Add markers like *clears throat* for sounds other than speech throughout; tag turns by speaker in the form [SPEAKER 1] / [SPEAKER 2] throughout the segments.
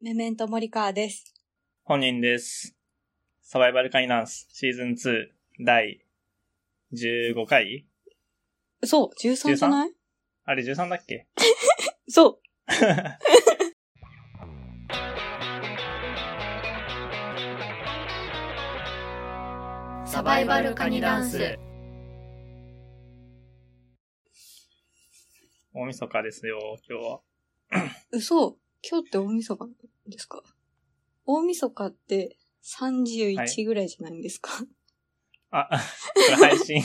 [SPEAKER 1] メメントモリカーです。
[SPEAKER 2] 本人です。サバイバルカニナンスシーズン2第15回
[SPEAKER 1] そう、13じゃない
[SPEAKER 2] あれ13だっけ
[SPEAKER 1] そう。
[SPEAKER 3] サバイバルカニダンス。
[SPEAKER 2] 大晦日ですよ、今日は。
[SPEAKER 1] 嘘。今日って大晦日ですか大晦日って31ぐらいじゃないんですか、
[SPEAKER 2] あ、これ配
[SPEAKER 3] *laughs*
[SPEAKER 2] 信、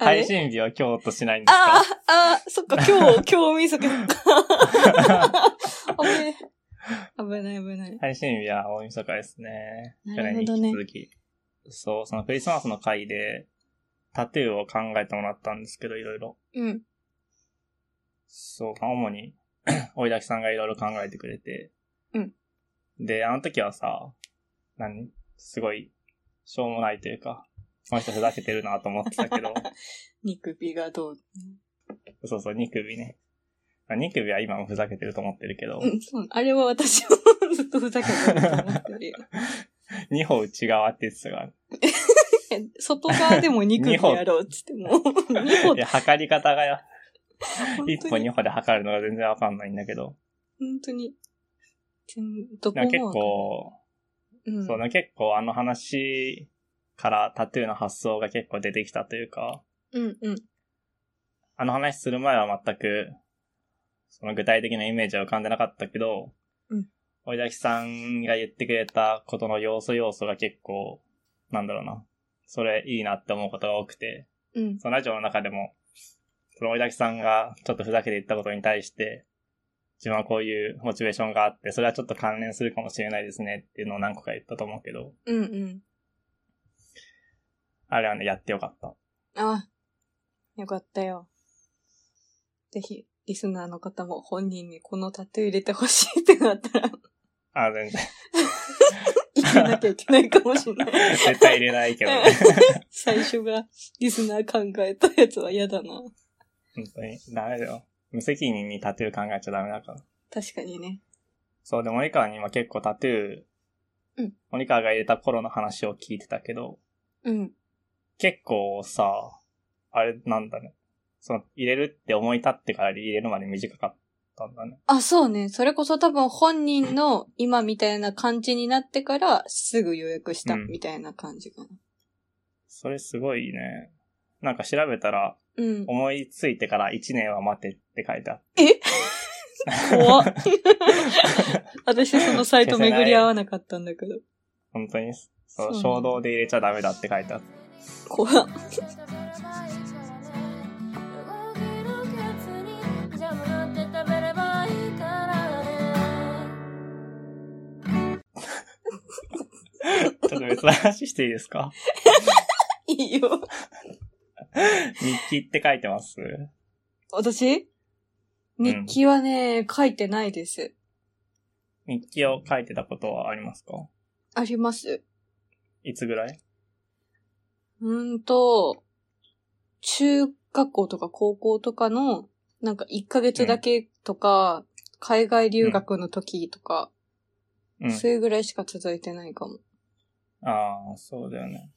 [SPEAKER 1] あれ
[SPEAKER 2] 配信日は今日としないんです
[SPEAKER 1] あ
[SPEAKER 2] か
[SPEAKER 1] あ、ああ、そっ
[SPEAKER 2] *laughs*
[SPEAKER 1] か、今日、今日大晦日 *laughs* か。あぶねえ危ない危ない。
[SPEAKER 2] 配信日は大晦日ですね。去
[SPEAKER 1] なる
[SPEAKER 2] 年
[SPEAKER 1] ほ
[SPEAKER 2] に
[SPEAKER 1] ど
[SPEAKER 2] 引
[SPEAKER 1] ね
[SPEAKER 2] き続き。そう、そのクリスマスの回で、タトゥーを考えてもらったんですけど、いろいろ。
[SPEAKER 1] うん。
[SPEAKER 2] そう、主に、 *clears throat* おいだきさんがいろいろ考えてくれて。
[SPEAKER 1] うん。
[SPEAKER 2] で、あの時はさ、何すごい、しょうもないというか、この人ふざけてるなと思ってた
[SPEAKER 1] *laughs*
[SPEAKER 2] けど、
[SPEAKER 1] 肉美がどう
[SPEAKER 2] そうそう、ニクビね。あニクビは今もふざけてると思ってるけど
[SPEAKER 1] う、ん、そう。あれは私もずっとふざけてると思って
[SPEAKER 2] *laughs*
[SPEAKER 1] るよ。
[SPEAKER 2] 二歩内側って言ってたから、
[SPEAKER 1] え外側でも肉美やろうっつって
[SPEAKER 2] *laughs*
[SPEAKER 1] もう、2歩 *laughs*
[SPEAKER 2] いや、測り方がよ、
[SPEAKER 1] 本
[SPEAKER 2] 一
[SPEAKER 1] 当
[SPEAKER 2] 歩
[SPEAKER 1] に
[SPEAKER 2] 二歩で測るのが全然わかんないんだけど、
[SPEAKER 1] 本当に。全どこ
[SPEAKER 2] なん
[SPEAKER 1] も
[SPEAKER 2] か結構、
[SPEAKER 1] うん、
[SPEAKER 2] そうね、結構あの話からタトゥーの発想が結構出てきたというか、
[SPEAKER 1] うんうん。
[SPEAKER 2] あの話する前は全く、その具体的なイメージは浮かんでなかったけど、
[SPEAKER 1] うん。
[SPEAKER 2] 追い出きさんが言ってくれたことの要素要素が結構、なんだろうな。それいいなって思うことが多くて、
[SPEAKER 1] うん。
[SPEAKER 2] そのラジオの中でも、その追い出きさんがちょっとふざけて言ったことに対して、自分はこういうモチベーションがあって、それはちょっと関連するかもしれないですねっていうのを何個か言ったと思うけど、
[SPEAKER 1] うんうん。
[SPEAKER 2] あれはね、やってよかった。
[SPEAKER 1] あ、よかったよ。ぜひ、リスナーの方も本人にこのタトゥー入れてほしいってなったら、
[SPEAKER 2] あ、
[SPEAKER 1] *laughs*
[SPEAKER 2] 全然。
[SPEAKER 1] 行かなきゃいけないかもしれない。
[SPEAKER 2] 絶対入れないけどね。
[SPEAKER 1] *laughs* 最初がリスナー考えたやつは嫌だな。
[SPEAKER 2] 本当に。ダメだよ。無責任にタトゥー考えちゃダメだから。
[SPEAKER 1] 確かにね。
[SPEAKER 2] そう、で、森川に今結構タトゥー、
[SPEAKER 1] うん
[SPEAKER 2] 森川が入れた頃の話を聞いてたけど、
[SPEAKER 1] うん。
[SPEAKER 2] 結構さ、あれなんだね。その、入れるって思い立ってから入れるまで短かったんだね。
[SPEAKER 1] あ、そうね。それこそ多分本人の今みたいな感じになってからすぐ予約した
[SPEAKER 2] うん
[SPEAKER 1] みたいな感じかな。
[SPEAKER 2] それすごいね。なんか調べたら、
[SPEAKER 1] うん。
[SPEAKER 2] 思いついてから1年は待てって書いてあっ
[SPEAKER 1] 怖
[SPEAKER 2] *laughs*
[SPEAKER 1] っ。私そのサイト巡り合わなかったんだけど。
[SPEAKER 2] 本当に、そう、
[SPEAKER 1] そう
[SPEAKER 2] 衝動で入れちゃダメだって書いてあった。
[SPEAKER 1] 怖っ。
[SPEAKER 2] ちょっと別の話していいですか *laughs*
[SPEAKER 1] いいよ。
[SPEAKER 2] 日記って書いてます
[SPEAKER 1] 私
[SPEAKER 2] うん
[SPEAKER 1] 日記はね、書いてないです。
[SPEAKER 2] 日記を書いてたことはありますか
[SPEAKER 1] あります。
[SPEAKER 2] いつぐらいう
[SPEAKER 1] ーんと、中学校とか高校とかの、なんか1ヶ月だけとか、海外留学の時とか、
[SPEAKER 2] うん。
[SPEAKER 1] それぐらいしか続いてないかも。
[SPEAKER 2] ああ、そうだよね。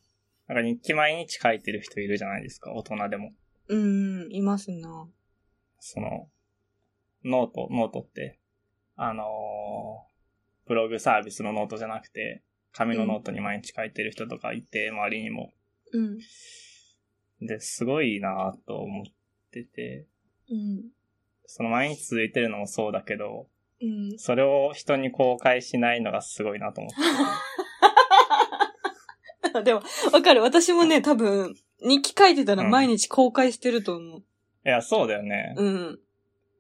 [SPEAKER 2] なんか日記毎日書いてる人いるじゃないですか、大人でも。
[SPEAKER 1] うーん、いますな。
[SPEAKER 2] その、ノート、ノートって、あのーブログサービスのノートじゃなくて、紙のノートに毎日書いてる人とかいて、周りにも。
[SPEAKER 1] うん。
[SPEAKER 2] で、すごいなぁと思ってて、
[SPEAKER 1] うん。
[SPEAKER 2] その毎日続いてるのもそうだけど、
[SPEAKER 1] うん。
[SPEAKER 2] それを人に公開しないのがすごいなと思って。
[SPEAKER 1] *laughs* でも、わかる。私もね、多分、日記書いてたら毎日公開してると思う。
[SPEAKER 2] いや、そうだよね。
[SPEAKER 1] うん。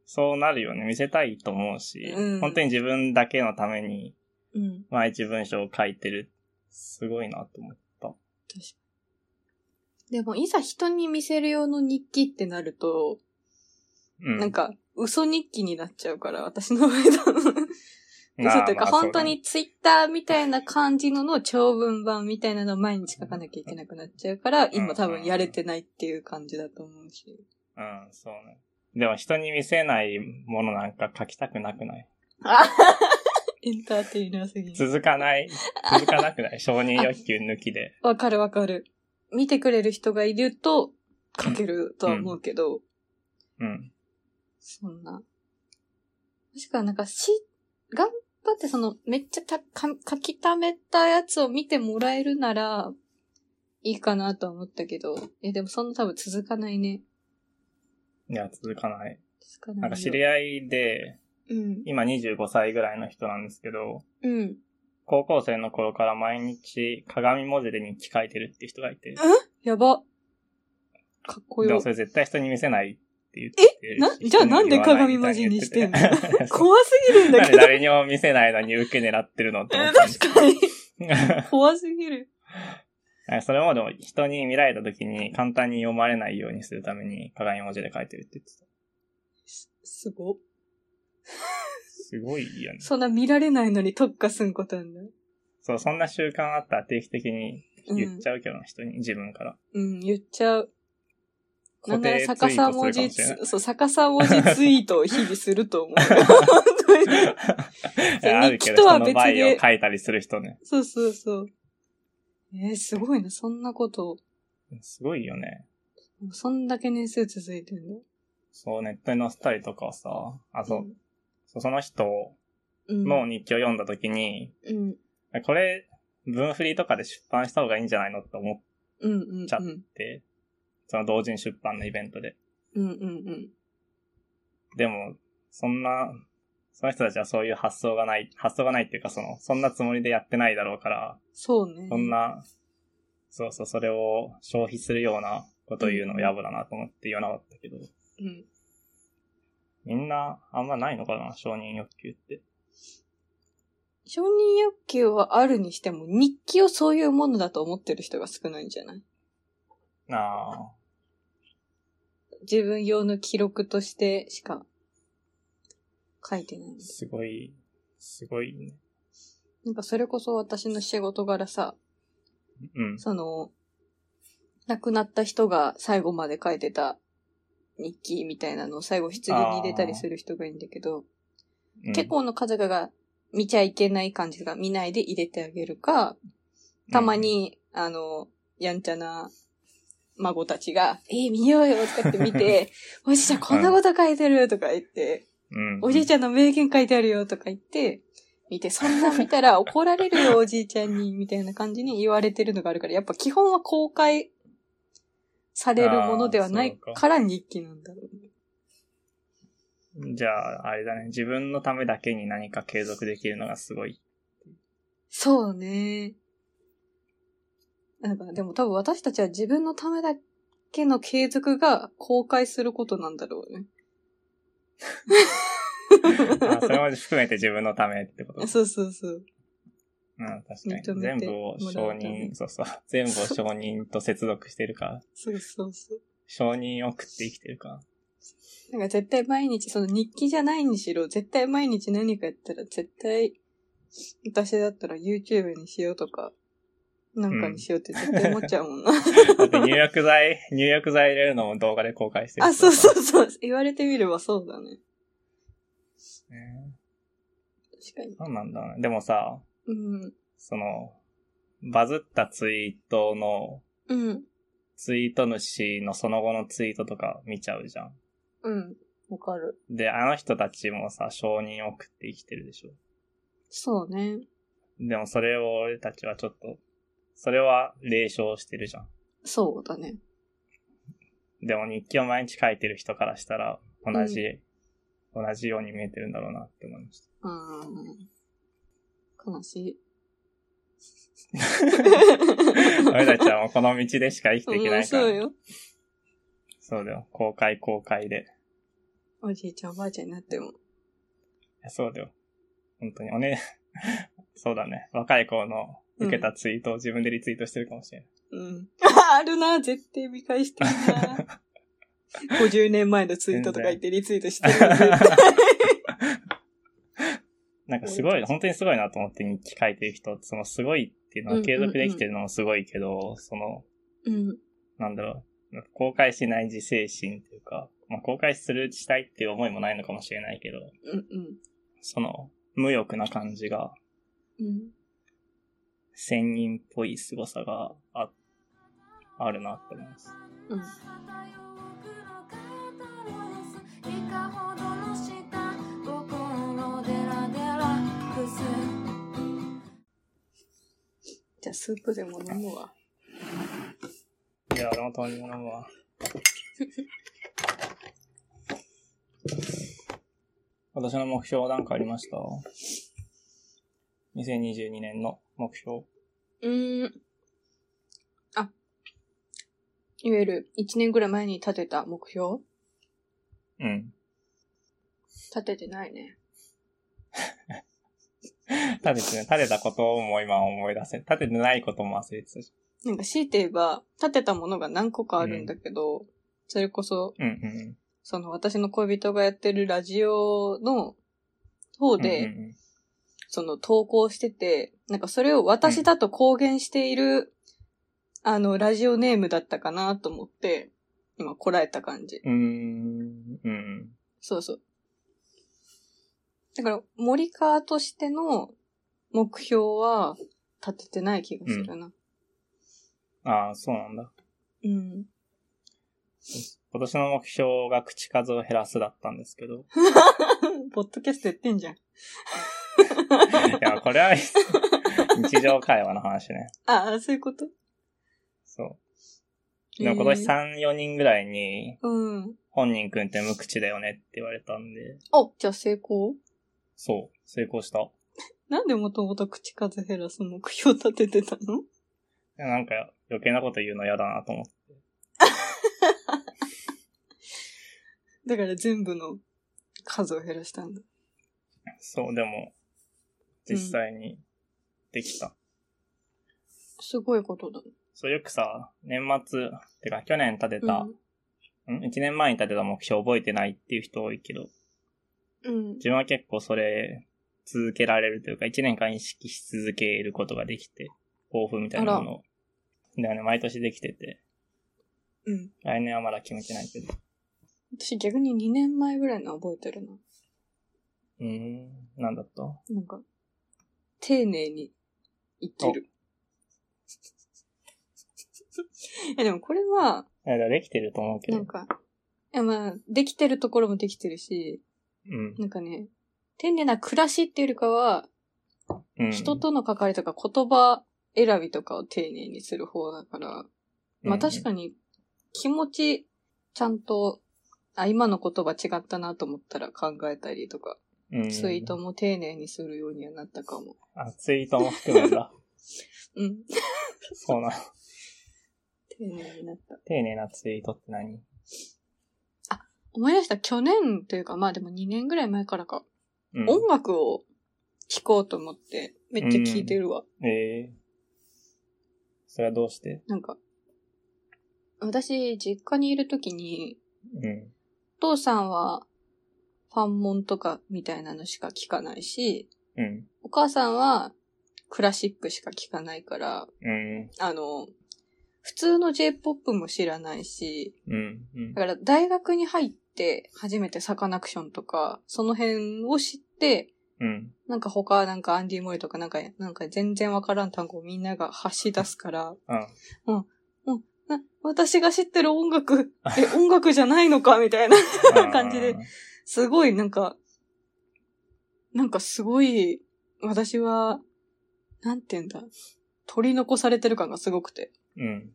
[SPEAKER 2] そうなるよね。見せたいと思うし、
[SPEAKER 1] うん
[SPEAKER 2] 本当に自分だけのために
[SPEAKER 1] うん。
[SPEAKER 2] 毎日文章を書いてる。すごいなと思った。
[SPEAKER 1] 確かに。でも、いざ人に見せる用の日記ってなると、
[SPEAKER 2] うん。
[SPEAKER 1] なんか、嘘日記になっちゃうから、私の上だ。
[SPEAKER 2] *laughs* まあ、
[SPEAKER 1] 嘘というか、
[SPEAKER 2] まあそう
[SPEAKER 1] 本当にツイッターみたいな感じのの長文版みたいなのを毎日書かなきゃいけなくなっちゃうから、今多分やれてないっていう感じだと思うし。
[SPEAKER 2] だね。うん、そうね。でも人に見せないものなんか書きたくなくない
[SPEAKER 1] あエンターテイナーすぎる。
[SPEAKER 2] 続かない、続かな
[SPEAKER 1] *laughs*
[SPEAKER 2] くない承認欲求抜きで。
[SPEAKER 1] わかるわかる。見てくれる人がいると、書けるとは思うけど、
[SPEAKER 2] うん。
[SPEAKER 1] そんな。もしくはなんかし、頑張ってその、めっちゃたか書き溜めたやつを見てもらえるなら、いいかなとは思ったけど、え、でもそんな多分続かないね。
[SPEAKER 2] いや、続かない。
[SPEAKER 1] 続かないよ。
[SPEAKER 2] なんか知り合いで、
[SPEAKER 1] うん。
[SPEAKER 2] 今25歳ぐらいの人なんですけど、
[SPEAKER 1] うん。
[SPEAKER 2] 高校生の頃から毎日鏡文字で日記書いてるっていう人がいて、
[SPEAKER 1] やば。かっこ
[SPEAKER 2] でも
[SPEAKER 1] よ
[SPEAKER 2] そ。れ絶対人に見せないって言って
[SPEAKER 1] え
[SPEAKER 2] て。
[SPEAKER 1] な
[SPEAKER 2] 人
[SPEAKER 1] じゃあなんで
[SPEAKER 2] 言わいみたい言って *laughs* てそう
[SPEAKER 1] 怖すぎるんだ
[SPEAKER 2] なん
[SPEAKER 1] け
[SPEAKER 2] で
[SPEAKER 1] ど。
[SPEAKER 2] 誰にも見せないのに受け狙ってるのって思
[SPEAKER 1] え
[SPEAKER 2] ってま
[SPEAKER 1] *laughs*
[SPEAKER 2] す
[SPEAKER 1] 確かに。怖すぎる。
[SPEAKER 2] *laughs* それもでも人に見られた時に簡単に読まれないようにするために鏡文字で書いてるって言ってた。
[SPEAKER 1] すすご。
[SPEAKER 2] すごいよね。
[SPEAKER 1] そんな見られないのに特化すんことあんだ。
[SPEAKER 2] そう、そんな習慣あったら定期的に言っち
[SPEAKER 1] ゃ
[SPEAKER 2] ゃうけどな、人に、自分から。
[SPEAKER 1] うん。うん、言っちゃう。な
[SPEAKER 2] 固
[SPEAKER 1] んなら
[SPEAKER 2] 定ツイー
[SPEAKER 1] 逆
[SPEAKER 2] トするか
[SPEAKER 1] さ
[SPEAKER 2] も
[SPEAKER 1] 文
[SPEAKER 2] しれ
[SPEAKER 1] 字
[SPEAKER 2] ない。
[SPEAKER 1] つ、そう、逆さ文字ツイートを日々すると思う。
[SPEAKER 2] *laughs*
[SPEAKER 1] 本当に。
[SPEAKER 2] いやあるけ
[SPEAKER 1] 日記
[SPEAKER 2] ど、
[SPEAKER 1] とは
[SPEAKER 2] 人
[SPEAKER 1] 別で
[SPEAKER 2] の場合を書いたりする人ね。
[SPEAKER 1] そうそうそう。えー、すごいな、そんなこと。
[SPEAKER 2] すごいよね。
[SPEAKER 1] そんだけ年数続いてるの。
[SPEAKER 2] そう、ネットに載せたりとかさ、あ、そう、そうその人
[SPEAKER 1] うん。
[SPEAKER 2] の日記を読んだ時に、
[SPEAKER 1] うん。
[SPEAKER 2] これ、文振りとかで出版した方がいいんじゃないのって思っ
[SPEAKER 1] うんうんうん。
[SPEAKER 2] ちゃて、その同人出版のイベントで。
[SPEAKER 1] うんうん
[SPEAKER 2] でも、そんな、その人たちはそういう発想がない、発想がないっていうか、その、そんなつもりでやってないだろうから、
[SPEAKER 1] そうね。
[SPEAKER 2] そん。な、そうそう、それを消費するようなことを言うのも野暮だなと思って言わなかったけど、
[SPEAKER 1] うん。
[SPEAKER 2] みんなあんまないのかな、承認欲求って。
[SPEAKER 1] 承認欲求はあるにしても、日記をそういうものだと思ってる人が少ないんじゃない
[SPEAKER 2] ああ、
[SPEAKER 1] 自分用の記録としてしか書いてない。
[SPEAKER 2] すごい、すごいね。
[SPEAKER 1] なんかそれこそ私の仕事柄さ、
[SPEAKER 2] うん。
[SPEAKER 1] その、亡くなった人が最後まで書いてた日記みたいなのを最後棺に入れたりする人がいいんだけど、
[SPEAKER 2] うん
[SPEAKER 1] 結、構の家族が見ちゃいけない感じが見ないで入れてあげるか、たまに、あの、やんちゃな孫たちが、えー見ようよとかって見て、おじいちゃんこんなこと書いてるとか言って、
[SPEAKER 2] うん、
[SPEAKER 1] おじいちゃんの名言書いてあるよとか言って、見て、そんなん見たら怒られる *laughs* よおじいちゃんに、みたいな感じに言われてるのがあるから、やっぱ基本は公開されるものではな
[SPEAKER 2] あー
[SPEAKER 1] い
[SPEAKER 2] そうか
[SPEAKER 1] から日記なんだろうね。
[SPEAKER 2] じゃあ、あれだね。自分のためだけに何か継続できるのがすごい。 *laughs*
[SPEAKER 1] そうね。なんか、でも多分私たちは自分のためだけの継続が公開することなんだろうね。
[SPEAKER 2] あそれも含めて自分のためって
[SPEAKER 1] *laughs*
[SPEAKER 2] こと。
[SPEAKER 1] そうそうそう。
[SPEAKER 2] うん、確か
[SPEAKER 1] 認
[SPEAKER 2] に。
[SPEAKER 1] め
[SPEAKER 2] 全
[SPEAKER 1] て
[SPEAKER 2] 部を承
[SPEAKER 1] もらうため
[SPEAKER 2] 認、そ
[SPEAKER 1] *laughs*
[SPEAKER 2] うそう。全部を承認と接続してるから。
[SPEAKER 1] そうそうそう。
[SPEAKER 2] 承認を食って生きてるから。
[SPEAKER 1] なんか絶対毎日、その日記じゃないにしろ、絶対毎日何かやったら、絶対、私だったら YouTube にしようとか、なんかにしようって絶対思っちゃうもん
[SPEAKER 2] *laughs*
[SPEAKER 1] な。
[SPEAKER 2] だって入
[SPEAKER 1] *laughs*
[SPEAKER 2] 浴剤、入浴剤入れるのも動画で公開してる。
[SPEAKER 1] あ、そうそうそう。言われてみればそうだね。
[SPEAKER 2] う。ね
[SPEAKER 1] 確かに。
[SPEAKER 2] そうなんだろうね。でもさ、
[SPEAKER 1] うん。
[SPEAKER 2] その、バズったツイートの、
[SPEAKER 1] うん。
[SPEAKER 2] ツイート主のその後のツイートとか見ちゃうじゃん。
[SPEAKER 1] うん。わかる。
[SPEAKER 2] で、あの人たちもさ、承認を食って生きてるでしょ。
[SPEAKER 1] そうね。
[SPEAKER 2] でもそれを俺たちはちょっと、それは霊障してるじゃん。
[SPEAKER 1] そうだね。
[SPEAKER 2] でも日記を毎日書いてる人からしたら、同じ、同じように見えてるんだろうなって思いま
[SPEAKER 1] *laughs*
[SPEAKER 2] し
[SPEAKER 1] うーん。悲し
[SPEAKER 2] *laughs*
[SPEAKER 1] い。
[SPEAKER 2] た。俺
[SPEAKER 1] *laughs*
[SPEAKER 2] たちはもうこの道でしか生きていけ
[SPEAKER 1] う、
[SPEAKER 2] なんいから。
[SPEAKER 1] そうよ。
[SPEAKER 2] そうだよ。公開公開で。
[SPEAKER 1] おじいちゃんおばあちゃんになっても。
[SPEAKER 2] いやそうだよ。本当に。おね、 *laughs* そうだね。若い子の受けたツイートを自分でリツイートしてるかもしれない。
[SPEAKER 1] うん。 *laughs* あるな、絶対見返してる *laughs* な。50年前のツイートとか言ってリツイートしてるわ絶対
[SPEAKER 2] *laughs* なんかすごい、本当にすごいなと思って日記書いてる人、そのすごいっていうのは継続できてるのもすごいけど、その、
[SPEAKER 1] うん。
[SPEAKER 2] なんだろう、公開しない自制心というか、まあ、公開する、したいっていう思いもないのかもしれないけど、
[SPEAKER 1] うんうん。
[SPEAKER 2] その、無欲な感じが、
[SPEAKER 1] うん。
[SPEAKER 2] 仙人っぽい凄さがあ、あるなって思います。
[SPEAKER 1] うん。
[SPEAKER 4] いかほどの下心デラデラくす
[SPEAKER 1] じゃあ、スープでも飲むわ。
[SPEAKER 2] いや、俺も豆乳飲むわ。 *laughs* 私の目標は何かありました ?2022 年の目標。
[SPEAKER 1] うーん。あ。いわゆる、1年ぐらい前に立てた目標
[SPEAKER 2] うん。
[SPEAKER 1] 立ててないね。
[SPEAKER 2] たててね、たてたことをもう今思い出せ、たててないことも忘れてたし。
[SPEAKER 1] なんか強いて言えば、立てたものが何個かあるんだけど、それこそ、
[SPEAKER 2] うんうん
[SPEAKER 1] その私の恋人がやってるラジオの方
[SPEAKER 2] うん。
[SPEAKER 1] で、
[SPEAKER 2] うんうん
[SPEAKER 1] その投稿してて、なんかそれを私だと公言している、あの、ラジオネームだったかなと思って、今、こらえた感じ。
[SPEAKER 2] うん。うーん。うん。
[SPEAKER 1] そうそう。だから、森川としての目標は立ててない気がするな。
[SPEAKER 2] ああ、そうなんだ。
[SPEAKER 1] うん。
[SPEAKER 2] 今年の目標が口数を減らすだったんですけど。
[SPEAKER 1] ポッドキャストやってん *laughs* じゃん。
[SPEAKER 2] いや、これは日常会話の話ね。
[SPEAKER 1] ああ、そういうこと
[SPEAKER 2] そう。でも今年
[SPEAKER 1] へ
[SPEAKER 2] 3、4人ぐらいに、
[SPEAKER 1] ーうん。
[SPEAKER 2] 本人くんって無口だよねって言われたんで、
[SPEAKER 1] お、じゃあ成功
[SPEAKER 2] そう、成功した。
[SPEAKER 1] なんでもともと口数減らす目標立ててたの
[SPEAKER 2] いやなんか余計なこと言うの嫌だなと思って。
[SPEAKER 1] だから全部の数を減らしたんだ。
[SPEAKER 2] そう、でも、実際にできた。
[SPEAKER 1] すごいことだね。
[SPEAKER 2] そう、よくさ、年末、てか去年立てた、、
[SPEAKER 1] うん
[SPEAKER 2] ?1 年前に立てた目標覚えてないっていう人多いけど、
[SPEAKER 1] ん。うん。
[SPEAKER 2] 自分は結構それ、続けられるというか、1年間意識し続けることができて、抱負みたいなものを。だよね、毎年できてて、
[SPEAKER 1] うん。
[SPEAKER 2] 来年はまだ決めてないけど。
[SPEAKER 1] 私逆に2年前ぐらいの覚えてるな。
[SPEAKER 2] うーん、なんだった
[SPEAKER 1] なんか、丁寧に生き *laughs* る。え、でもこれは、
[SPEAKER 2] いや、だからできてると思うけ
[SPEAKER 1] なん
[SPEAKER 2] ど。
[SPEAKER 1] か、え、まあ、できてるところもできてるし、
[SPEAKER 2] うん。
[SPEAKER 1] なんかね、丁寧な暮らしっていうよりかは、
[SPEAKER 2] うん、
[SPEAKER 1] 人との関わりとか言葉選びとかを丁寧にする方だから、まあ確か
[SPEAKER 2] に。
[SPEAKER 1] に気持ちちゃんと、あ、今の言葉違ったなと思ったら考えたりとか、
[SPEAKER 2] うん
[SPEAKER 1] ツイート。も丁寧にするようにはなったかも。
[SPEAKER 2] あ、ツイートも含む
[SPEAKER 1] *laughs*
[SPEAKER 2] んだ。
[SPEAKER 1] うん。
[SPEAKER 2] そうなの。
[SPEAKER 1] 丁寧になった。
[SPEAKER 2] 丁寧なツイートって何
[SPEAKER 1] 思い出した去年というか、まあでも2年ぐらい前からか、
[SPEAKER 2] うん。
[SPEAKER 1] 音楽を聴こうと思って、めっちゃ聴いてるわ。
[SPEAKER 2] ええそれはどうして
[SPEAKER 1] なんか、私、実家にいるときに、
[SPEAKER 2] うん。
[SPEAKER 1] お父さんは、ファンモンとかみたいなのしか聞かないし、
[SPEAKER 2] うん。
[SPEAKER 1] お母さんは、クラシックしか聞かないから、
[SPEAKER 2] うん。
[SPEAKER 1] あの、普通の J-POP も知らないし、
[SPEAKER 2] うん。うん
[SPEAKER 1] だ。から大学に入って初めてサカナクションとか、その辺を知って、
[SPEAKER 2] うん。
[SPEAKER 1] なんか他、なんかアンディ・モリとかなんか、なんか全然わからん単語をみんなが発し出すから、 *laughs*
[SPEAKER 2] うん。
[SPEAKER 1] な私が知ってる音楽、え、音楽じゃないのかみたいな。感じですごいなんか、なんかすごい、私は、なんて言うんだ、取り残されてる感がすごくて、
[SPEAKER 2] うん。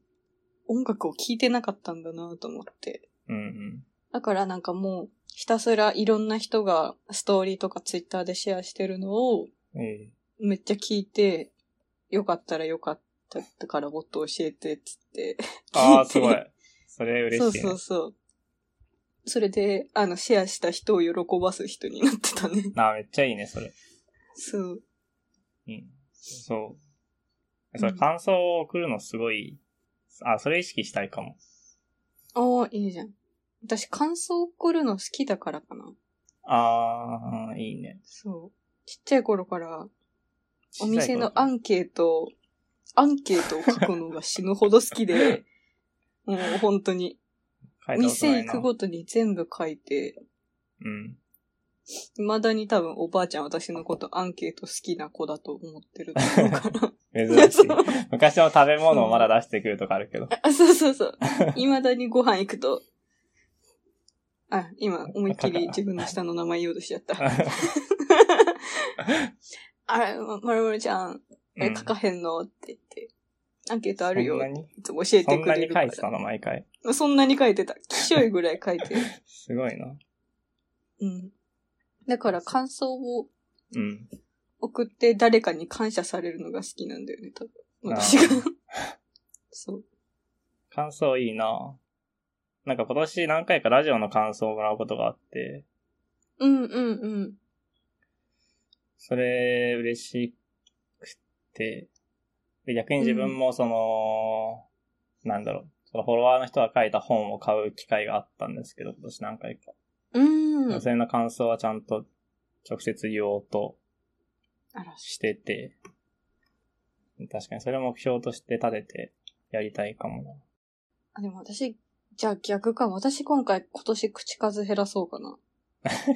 [SPEAKER 1] 音楽を聴いてなかったんだなと思って。
[SPEAKER 2] うん。うん。
[SPEAKER 1] だからなんかもう、ひたすらいろんな人がストーリーとかツイッターでシェアしてるのを
[SPEAKER 2] え
[SPEAKER 1] めっちゃ聞いて、よかったらよかったからもっと教えてっつって。
[SPEAKER 2] ー、ああ、すごい。それ嬉しい、
[SPEAKER 1] そ
[SPEAKER 2] ね。
[SPEAKER 1] うそうそう。それで、あの、シェアした人を喜ばす人になってたね。
[SPEAKER 2] ああ、めっちゃいいね、それ。
[SPEAKER 1] そう。
[SPEAKER 2] うん。そう。それ感想を送るのすごい、あ、それ意識したいかも。
[SPEAKER 1] ああ、いいじゃん。私、感想送るの好きだからかな。
[SPEAKER 2] ああ、いいね。
[SPEAKER 1] そう。ちっちゃい頃から、お店のア
[SPEAKER 2] あん
[SPEAKER 1] ンケートを、アンケートを書くのが死ぬほど好きで、もう本当に、お店行くごとに全部書いて、
[SPEAKER 2] うん。
[SPEAKER 1] 未だに多分おばあちゃん私のことアンケート好きな子だと思ってると思うから。
[SPEAKER 2] 珍しい
[SPEAKER 1] *laughs* そう。
[SPEAKER 2] 昔の食べ物をまだ出してくるとかあるけど。
[SPEAKER 1] あ、そうそうそう。未だにご飯行くと、あ、今思いっきり自分の下の名前言おうとしちゃっ
[SPEAKER 2] *laughs*
[SPEAKER 1] た。あれ、ままるまるちゃん、
[SPEAKER 2] う
[SPEAKER 1] え、
[SPEAKER 2] ん
[SPEAKER 1] 書かへんのって言って、アンケートあるよ
[SPEAKER 2] そん。なに
[SPEAKER 1] いつも教え
[SPEAKER 2] そ
[SPEAKER 1] て
[SPEAKER 2] ん
[SPEAKER 1] く
[SPEAKER 2] な
[SPEAKER 1] れ
[SPEAKER 2] に
[SPEAKER 1] る
[SPEAKER 2] 書
[SPEAKER 1] か
[SPEAKER 2] いてた
[SPEAKER 1] ら。
[SPEAKER 2] の、毎回。
[SPEAKER 1] そんなに書いてた。きしょいぐらい書い
[SPEAKER 2] *laughs*
[SPEAKER 1] てる。
[SPEAKER 2] すごいな。
[SPEAKER 1] うん。だから感想を
[SPEAKER 2] うん。
[SPEAKER 1] 送って誰かに感謝されるのが好きなんだよね、多分。
[SPEAKER 2] あー
[SPEAKER 1] 私が。そう。
[SPEAKER 2] 感想いいななんか今年何回かラジオの感想をもらうことがあって、
[SPEAKER 1] うんうんうん。
[SPEAKER 2] それ嬉しくて、で逆に自分もその、なんだろう、そのフォロワーの人が書いた本を買う機会があったんですけど、今年何回か。
[SPEAKER 1] うん。
[SPEAKER 2] それの感想はちゃんと直接言おうと
[SPEAKER 1] あら、
[SPEAKER 2] してて、確かにそれを目標として立ててやりたいかもな。
[SPEAKER 1] あでも私、じゃあ逆か。私今回、今年口数減らそうか *laughs* な。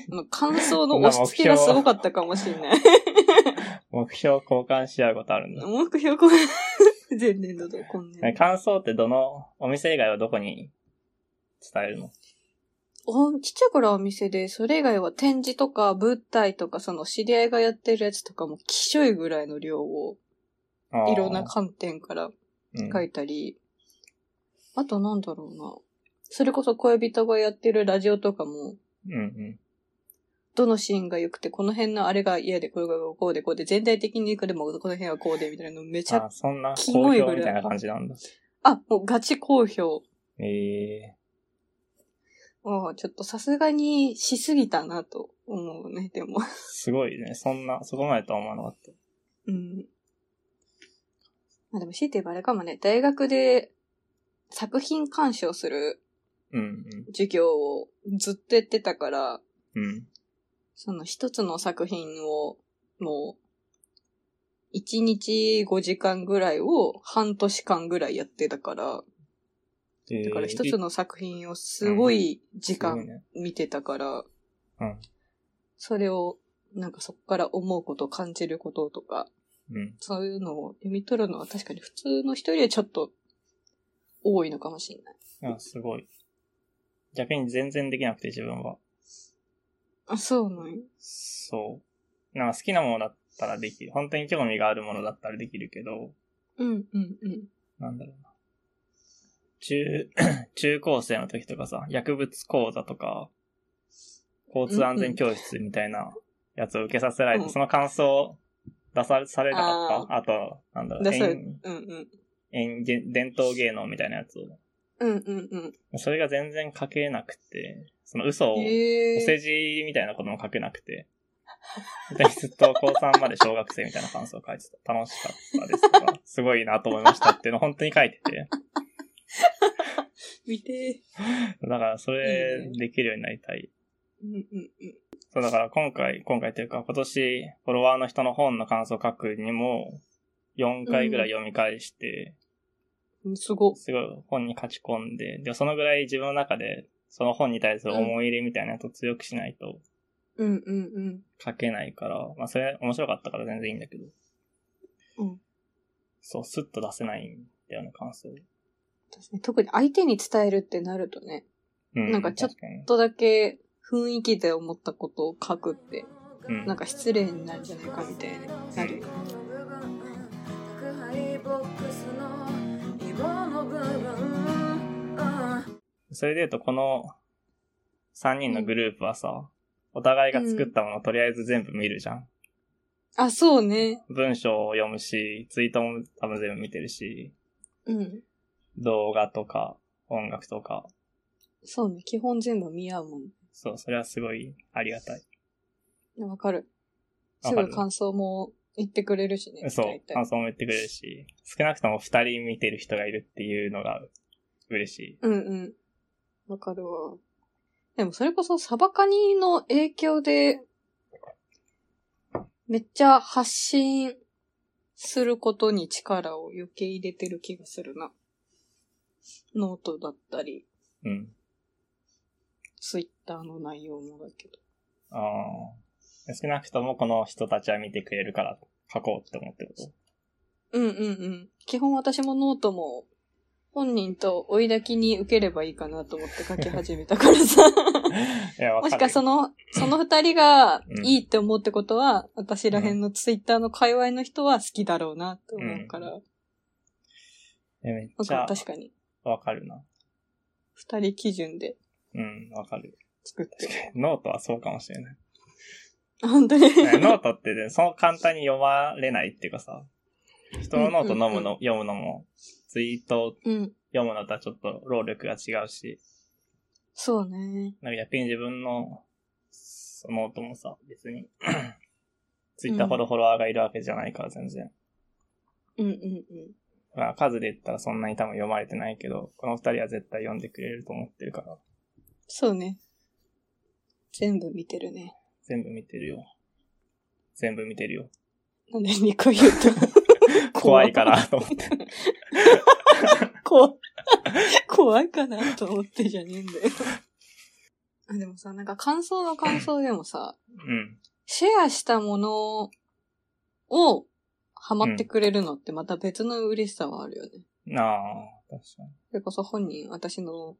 [SPEAKER 1] まあ感想の押し付けがすごかったかもしれない。
[SPEAKER 2] 目標交換し合うことあるんだ。
[SPEAKER 1] 目標こ前年度と今年度。
[SPEAKER 2] 感想ってどの、お店以外はどこに伝えるの
[SPEAKER 1] おちっちゃい頃はお店で、それ以外は展示とか物体とか、その知り合いがやってるやつとかも、きしょいぐらいの量を、
[SPEAKER 2] あー
[SPEAKER 1] いろんな観点から
[SPEAKER 2] うん
[SPEAKER 1] 書いたり、あとなんだろうな。それこそ恋人がやってるラジオとかも、
[SPEAKER 2] うんうん。
[SPEAKER 1] どのシーンが良くて、この辺のあれが嫌で、これがこうで、こうで、全体的にいくでも、この辺はこうで、みたいなのめちゃ
[SPEAKER 2] あ、、そんな
[SPEAKER 1] キ
[SPEAKER 2] 好
[SPEAKER 1] モいぐら
[SPEAKER 2] 評
[SPEAKER 1] い
[SPEAKER 2] みたいな感じなんだ。
[SPEAKER 1] あ、もうガチ好評。
[SPEAKER 2] ええ
[SPEAKER 1] もうちょっとさすがにしすぎたなと思うね、でも。
[SPEAKER 2] すごいね。そんな、そこまでとは思わなかった。
[SPEAKER 1] うん。まあでも強いて言えばあれかもね、大学で作品鑑賞する
[SPEAKER 2] うん
[SPEAKER 1] 授業をずっとやってたから、
[SPEAKER 2] うん。うん。
[SPEAKER 1] その一つの作品を、もう、一日5時間ぐらいを半年間ぐらいやってたから、
[SPEAKER 2] えー
[SPEAKER 1] だから一つの作品をすごい時
[SPEAKER 2] すごい
[SPEAKER 1] 間
[SPEAKER 2] ね
[SPEAKER 1] 見てたから、
[SPEAKER 2] うん
[SPEAKER 1] それを、なんかそこから思うこと、感じることとか、
[SPEAKER 2] うん。
[SPEAKER 1] そういうのを読み取るのは確かに普通の人よりはちょっと多いのかもしれない。
[SPEAKER 2] あ、すごい。逆に全然できなくて自分は。
[SPEAKER 1] あ、そうなんや
[SPEAKER 2] そう。なんか好きなものだったらできる。本当に興味があるものだったらできるけど、
[SPEAKER 1] うんうんうん。
[SPEAKER 2] なんだろうな。中、 *clears throat* 中高生の時とかさ、薬物講座とか、交通安全教室みたいなやつを受けさせられて、
[SPEAKER 1] うん
[SPEAKER 2] その感想を出さされなかった。あと、なんだろう、
[SPEAKER 1] 出され
[SPEAKER 2] 演
[SPEAKER 1] うんうん。
[SPEAKER 2] 演芸伝統芸能みたいなやつを。
[SPEAKER 1] うんうんうん。
[SPEAKER 2] それが全然書けなくて、その嘘を、
[SPEAKER 1] へ
[SPEAKER 2] お
[SPEAKER 1] え
[SPEAKER 2] 世辞みたいなことも書けなくて。で、ずっと高3まで小学生みたいな感想を書いてた。楽しかったですとか、すごいなと思いましたっていうのを本当に書いてて。
[SPEAKER 1] 見て
[SPEAKER 2] だから、それ
[SPEAKER 1] いい、ね
[SPEAKER 2] できるようになりたい。
[SPEAKER 1] ー。うんうんうん。
[SPEAKER 2] そう、だから今回、今回というか、今年、フォロワーの人の本の感想を書くにも、4回ぐらい読み返して、
[SPEAKER 1] うんすごっ。
[SPEAKER 2] すごい本に書き込んで、で、そのぐらい自分の中で、その本に対する思い入れみたいなやつを強くしないと
[SPEAKER 1] うんうんうん。
[SPEAKER 2] 書けないから、まあそれ面白かったから全然いいんだけど。
[SPEAKER 1] うん
[SPEAKER 2] そう、スッと出せないんだよね、感想。
[SPEAKER 1] 確かに特に相手に伝えるってなるとね、
[SPEAKER 2] う
[SPEAKER 1] なんかちょっと
[SPEAKER 2] 確かに
[SPEAKER 1] ちょっとだけ雰囲気で思ったことを書くって、
[SPEAKER 2] うん
[SPEAKER 1] なんか失礼になるんじゃないかみたいになるよね。
[SPEAKER 4] 宅配ボックスの色の部分あ
[SPEAKER 2] それで言うと、この3人のグループはさ、お互いが作ったものをとりあえず全部見るじゃん。
[SPEAKER 1] あ、そうね。
[SPEAKER 2] 文章を読むし、ツイートも多分全部見てるし、
[SPEAKER 1] うん。
[SPEAKER 2] 動画とか音楽とか、
[SPEAKER 1] そうね。基本全部見合うもん。
[SPEAKER 2] そう、それはすごいありがたい。
[SPEAKER 1] わかる。
[SPEAKER 2] わ
[SPEAKER 1] す
[SPEAKER 2] かる
[SPEAKER 1] ぐ感想も言ってくれるしね。
[SPEAKER 2] そう
[SPEAKER 1] 大、体
[SPEAKER 2] 感想も言ってくれるし、少なくとも2人見てる人がいるっていうのが嬉しい。
[SPEAKER 1] うんうん。わかるわ。でもそれこそサバカニの影響で、めっちゃ発信することに力を余計入れてる気がするな。ノートだったり、
[SPEAKER 2] うん。
[SPEAKER 1] ツイッターの内容もだけど。
[SPEAKER 2] うん。少なくともこの人たちは見てくれるから書こうって思ってること。
[SPEAKER 1] うんうんうん。基本私もノートも本人と追いだきに受ければいいかなと思って書き始めたからさ。
[SPEAKER 2] いや、わか
[SPEAKER 1] *laughs* も
[SPEAKER 2] る。
[SPEAKER 1] しかその、その二人が
[SPEAKER 2] うん
[SPEAKER 1] いいって思うってことは、私ら辺のツイッターの界隈の人は好きだろうなって思うから。
[SPEAKER 2] いやめっ
[SPEAKER 1] なん
[SPEAKER 2] ち
[SPEAKER 1] か
[SPEAKER 2] ゃ
[SPEAKER 1] 確かに、
[SPEAKER 2] わかるな。
[SPEAKER 1] 二人基準で
[SPEAKER 2] うん、わかる。
[SPEAKER 1] 作って *laughs* る。
[SPEAKER 2] ノートはそうかもしれない。 *laughs*
[SPEAKER 1] 本当に。
[SPEAKER 2] ねノートってね、そう簡単に読まれないっていうかさ、人のノート飲むの、読むのも、ツイート
[SPEAKER 1] *laughs* うん。
[SPEAKER 2] 読むのとはちょっと労力が違うし、
[SPEAKER 1] そうね。
[SPEAKER 2] なんか逆に自分のそのノートもさ、別に、ツイッターほどフォロワーがいるわけじゃないから全然。
[SPEAKER 1] うんうんうん。
[SPEAKER 2] まあ数で言ったらそんなに多分読まれてないけど、この二人は絶対読んでくれると思ってるから、
[SPEAKER 1] そうね。全部見てるね。
[SPEAKER 2] 全部見てるよ。全部見てるよ。
[SPEAKER 1] なんで2個言う *laughs* と
[SPEAKER 2] 怖いか。らと思って。
[SPEAKER 1] *laughs* 怖い。怖いかなと思ってじゃねえんだよ。あ、でもさ、なんか感想の感想でもさ、
[SPEAKER 2] *laughs* うん。
[SPEAKER 1] シェアしたものをハマってくれるのってまた別の嬉しさはあるよね。
[SPEAKER 2] なあ、確か
[SPEAKER 1] それこそ本人、私の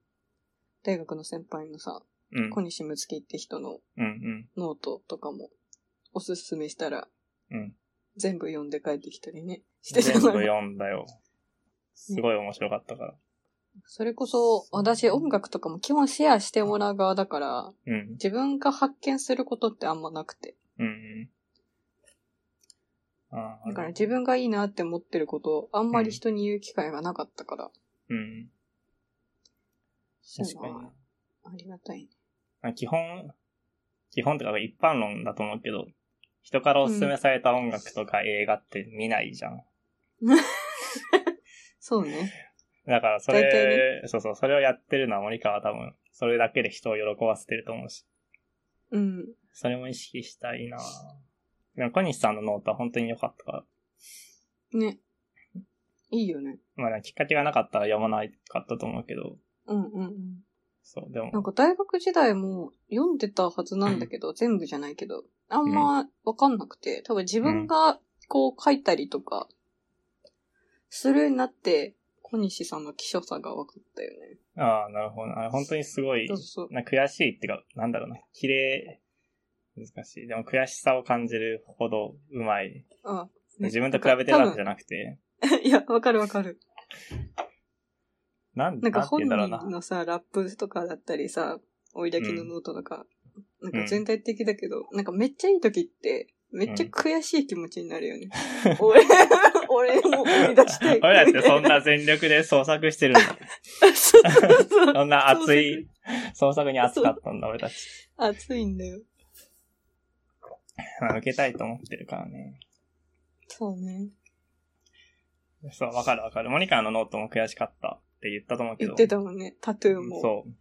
[SPEAKER 1] 大学の先輩のさ、
[SPEAKER 2] に。うん。
[SPEAKER 1] 小西睦月って人の
[SPEAKER 2] うんうん。
[SPEAKER 1] ノートとかもおすすめしたら
[SPEAKER 2] うん。
[SPEAKER 1] 全部読んで帰ってきたりね、して
[SPEAKER 2] 全
[SPEAKER 1] た
[SPEAKER 2] 部
[SPEAKER 1] の
[SPEAKER 2] 読んだよ。すごい面白かったから。
[SPEAKER 1] それこそ、私音楽とかも基本シェアしてもらう側だから、
[SPEAKER 2] うん。
[SPEAKER 1] 自分が発見することってあんまなくて。
[SPEAKER 2] うんうん。ああ。
[SPEAKER 1] だから自分がいいなって思ってることをあんまり人に言う機会がなかったから。
[SPEAKER 2] うん。
[SPEAKER 1] そうい
[SPEAKER 2] 確
[SPEAKER 1] う
[SPEAKER 2] かに
[SPEAKER 1] のは。ありがたいね。
[SPEAKER 2] まあ基本、基本とか一般論だと思うけど、人からおすすめされた音楽とか映画って見ないじゃん。
[SPEAKER 1] そうね。
[SPEAKER 2] だからそ
[SPEAKER 1] 大体
[SPEAKER 2] れ、そうそう、それをやってるのは森川は多分、それだけで人を喜ばせてると思うし、
[SPEAKER 1] うん。
[SPEAKER 2] それも意識したいなぁでも小西さんのノートは本当に良かったから、
[SPEAKER 1] ね。いいよね。
[SPEAKER 2] まあでもきっかけがなかったら読まないかったと思うけど、
[SPEAKER 1] うんうんうん。
[SPEAKER 2] そう、でも
[SPEAKER 1] な、んか大学時代も読んでたはずなんだけど、全部じゃないけど、あんまわかんなくて、多分自分がこう書いたりとか、するようになって、小西さんの希少さが分かったよね。
[SPEAKER 2] ああ、なるほどな。あれ本当にすごい
[SPEAKER 1] そう、そう。
[SPEAKER 2] な悔しいっていうか、なんだろうな、綺麗、難しい。でも悔しさを感じるほどうまい。
[SPEAKER 1] あね
[SPEAKER 2] 自分と比べてるわけじゃなくて、
[SPEAKER 1] いや、わかるわかる。
[SPEAKER 2] なん
[SPEAKER 1] なんか
[SPEAKER 2] なんて
[SPEAKER 1] 本
[SPEAKER 2] 言うん
[SPEAKER 1] 人
[SPEAKER 2] だろうな。
[SPEAKER 1] のさ、ラップとかだったりさ、追いだきのノートとか、なんか全体的だけど、なんかめっちゃいい時って、めっちゃ悔しい気持ちになるよ
[SPEAKER 2] *laughs*
[SPEAKER 1] ね。俺、俺も追い出したい。
[SPEAKER 2] 俺らってそんな全力で創作してるんだ。
[SPEAKER 1] そうそう *laughs* そう
[SPEAKER 2] そんな熱い、創作に熱かったんだ、俺たち。
[SPEAKER 1] 暑いんだよ。
[SPEAKER 2] まあ受けたいと思ってるからね。
[SPEAKER 1] そうね。
[SPEAKER 2] そう、わかるわかる。モニカのノートも悔しかったって言ったと思うけ
[SPEAKER 1] 言
[SPEAKER 2] ど。
[SPEAKER 1] ってたもんね。タトゥーも。
[SPEAKER 2] そう。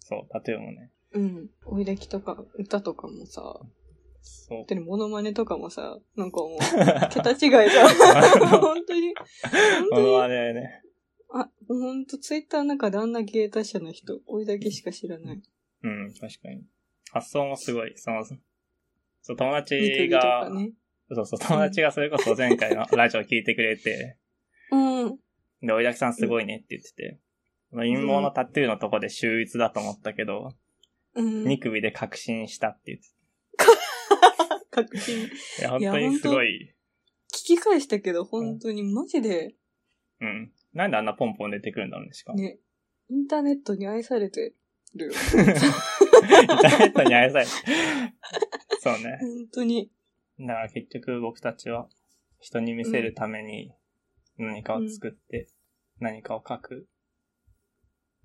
[SPEAKER 2] そう、タトゥーもね。
[SPEAKER 1] う。ん。おいできとか、歌とかもさ、
[SPEAKER 2] そう
[SPEAKER 1] 本。当にモノマネとかもさ、なんかも
[SPEAKER 2] *laughs*
[SPEAKER 1] う、桁違いじゃん。本当に。本
[SPEAKER 2] こ
[SPEAKER 1] 当に
[SPEAKER 2] の。あれね。
[SPEAKER 1] あ、ほんと、ツイッターの中であんな芸達者の人、おいだけしか知らない。
[SPEAKER 2] うん、確かに。発想もすごい。その、そう、友
[SPEAKER 1] 見て
[SPEAKER 2] 達
[SPEAKER 1] ると
[SPEAKER 2] が
[SPEAKER 1] か、ね。
[SPEAKER 2] そうそう、友達がそれこそ前回のラジオ聞いてくれて、
[SPEAKER 1] うん。
[SPEAKER 2] で、おいだきさんすごいねって言ってて、その陰謀のタトゥーのとこで秀逸だと思ったけど、
[SPEAKER 1] うん
[SPEAKER 2] 二。首で確信したって言って
[SPEAKER 1] 確信。聞
[SPEAKER 2] ていや、本当にすごい。
[SPEAKER 1] き返したけど、本当にマジで、
[SPEAKER 2] うん。なんであんなポンポン出てくるんだろうね、しかも。
[SPEAKER 1] ね、インターネットに愛されてるよ。
[SPEAKER 2] *laughs* インターネットに愛されて。そうね。
[SPEAKER 1] 本当に。
[SPEAKER 2] だから結局僕たちは人に見せるために何かを作って何かを書く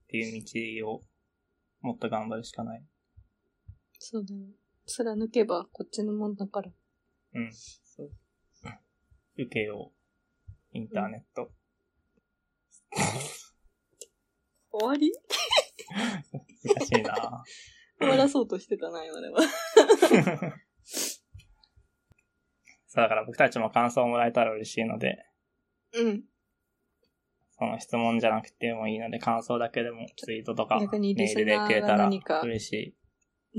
[SPEAKER 2] っていう道をもっと頑張るしかない。
[SPEAKER 1] そうだよ。貫けばこっちのもんだから。
[SPEAKER 2] うん。そう。受けよう。インターネット。
[SPEAKER 1] 終わり
[SPEAKER 2] 難しい *laughs* な
[SPEAKER 1] 終わらそうとしてたな、今では。
[SPEAKER 2] そうだから僕たちも感想をもらえたら嬉しいので、
[SPEAKER 1] うん。
[SPEAKER 2] その質問じゃなくてもいいので感想だけでもツイートとか
[SPEAKER 1] 逆に
[SPEAKER 2] メ
[SPEAKER 1] リ
[SPEAKER 2] ー
[SPEAKER 1] スナ
[SPEAKER 2] ルでく
[SPEAKER 1] ー
[SPEAKER 2] れ
[SPEAKER 1] が
[SPEAKER 2] たら
[SPEAKER 1] *laughs* 何か
[SPEAKER 2] 嬉しい。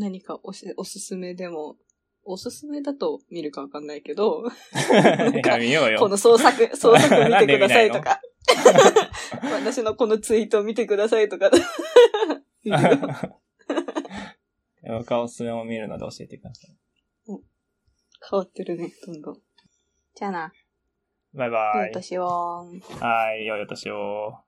[SPEAKER 1] 何かおしおすすめでも、おすすめだと見るかわかんないけど、
[SPEAKER 2] いや、見よう
[SPEAKER 1] こ
[SPEAKER 2] よ
[SPEAKER 1] の。創 *laughs* 作、創作見てくださいとか、 *laughs* 私のこのツイートを見てくださいと *laughs* か。
[SPEAKER 2] *laughs* 僕はおすすめを見るので教えてください。
[SPEAKER 1] 変わってるね、どんどん。じゃあな、
[SPEAKER 2] バイ
[SPEAKER 1] いい
[SPEAKER 2] バ
[SPEAKER 1] お
[SPEAKER 2] イ。
[SPEAKER 1] 年を。
[SPEAKER 2] はい、良いお年を。